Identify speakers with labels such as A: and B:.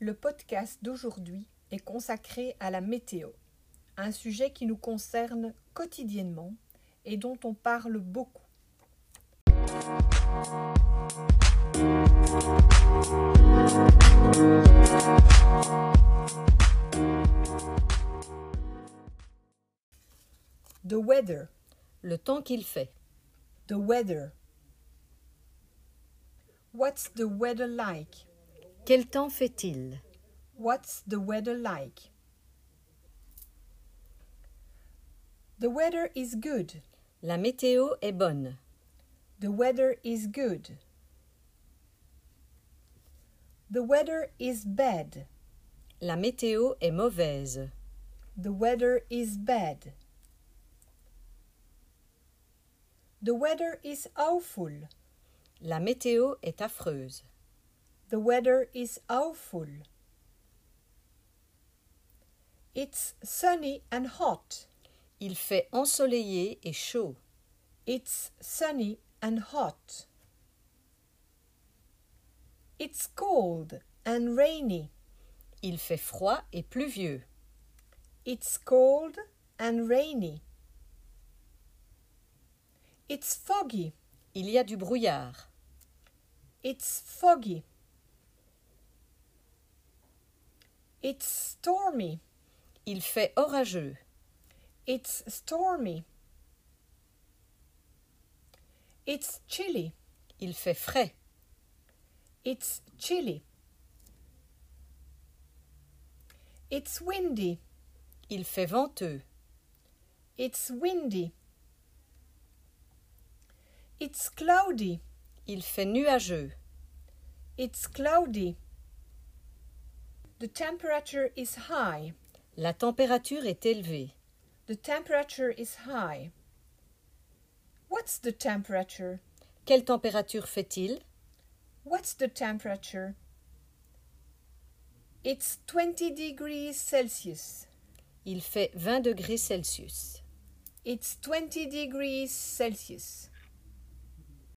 A: Le podcast d'aujourd'hui est consacré à la météo, un sujet qui nous concerne quotidiennement et dont on parle beaucoup. The weather,
B: Le temps qu'il fait.
A: the weather. What's the weather like?
B: Quel temps fait-il
A: What's the weather like? The weather is good.
B: La météo est bonne.
A: The weather is good. The weather is bad.
B: La météo est mauvaise.
A: The weather is bad. The weather is awful.
B: La météo est affreuse.
A: The weather is awful. It's sunny and hot.
B: Il fait ensoleillé et chaud.
A: It's sunny and hot. It's cold and rainy.
B: Il fait froid et pluvieux.
A: It's cold and rainy. It's foggy.
B: Il y a du brouillard.
A: It's foggy. It's stormy.
B: Il fait orageux.
A: It's stormy. It's chilly.
B: Il fait frais.
A: It's chilly. It's windy.
B: Il fait venteux.
A: It's windy. It's cloudy.
B: Il fait nuageux.
A: It's cloudy. The temperature is high.
B: La température est élevée.
A: The temperature is high. What's the temperature?
B: Quelle température fait-il
A: What's the temperature? It's 20 degrees Celsius.
B: Il fait 20 degrés Celsius.
A: It's 20 degrees Celsius.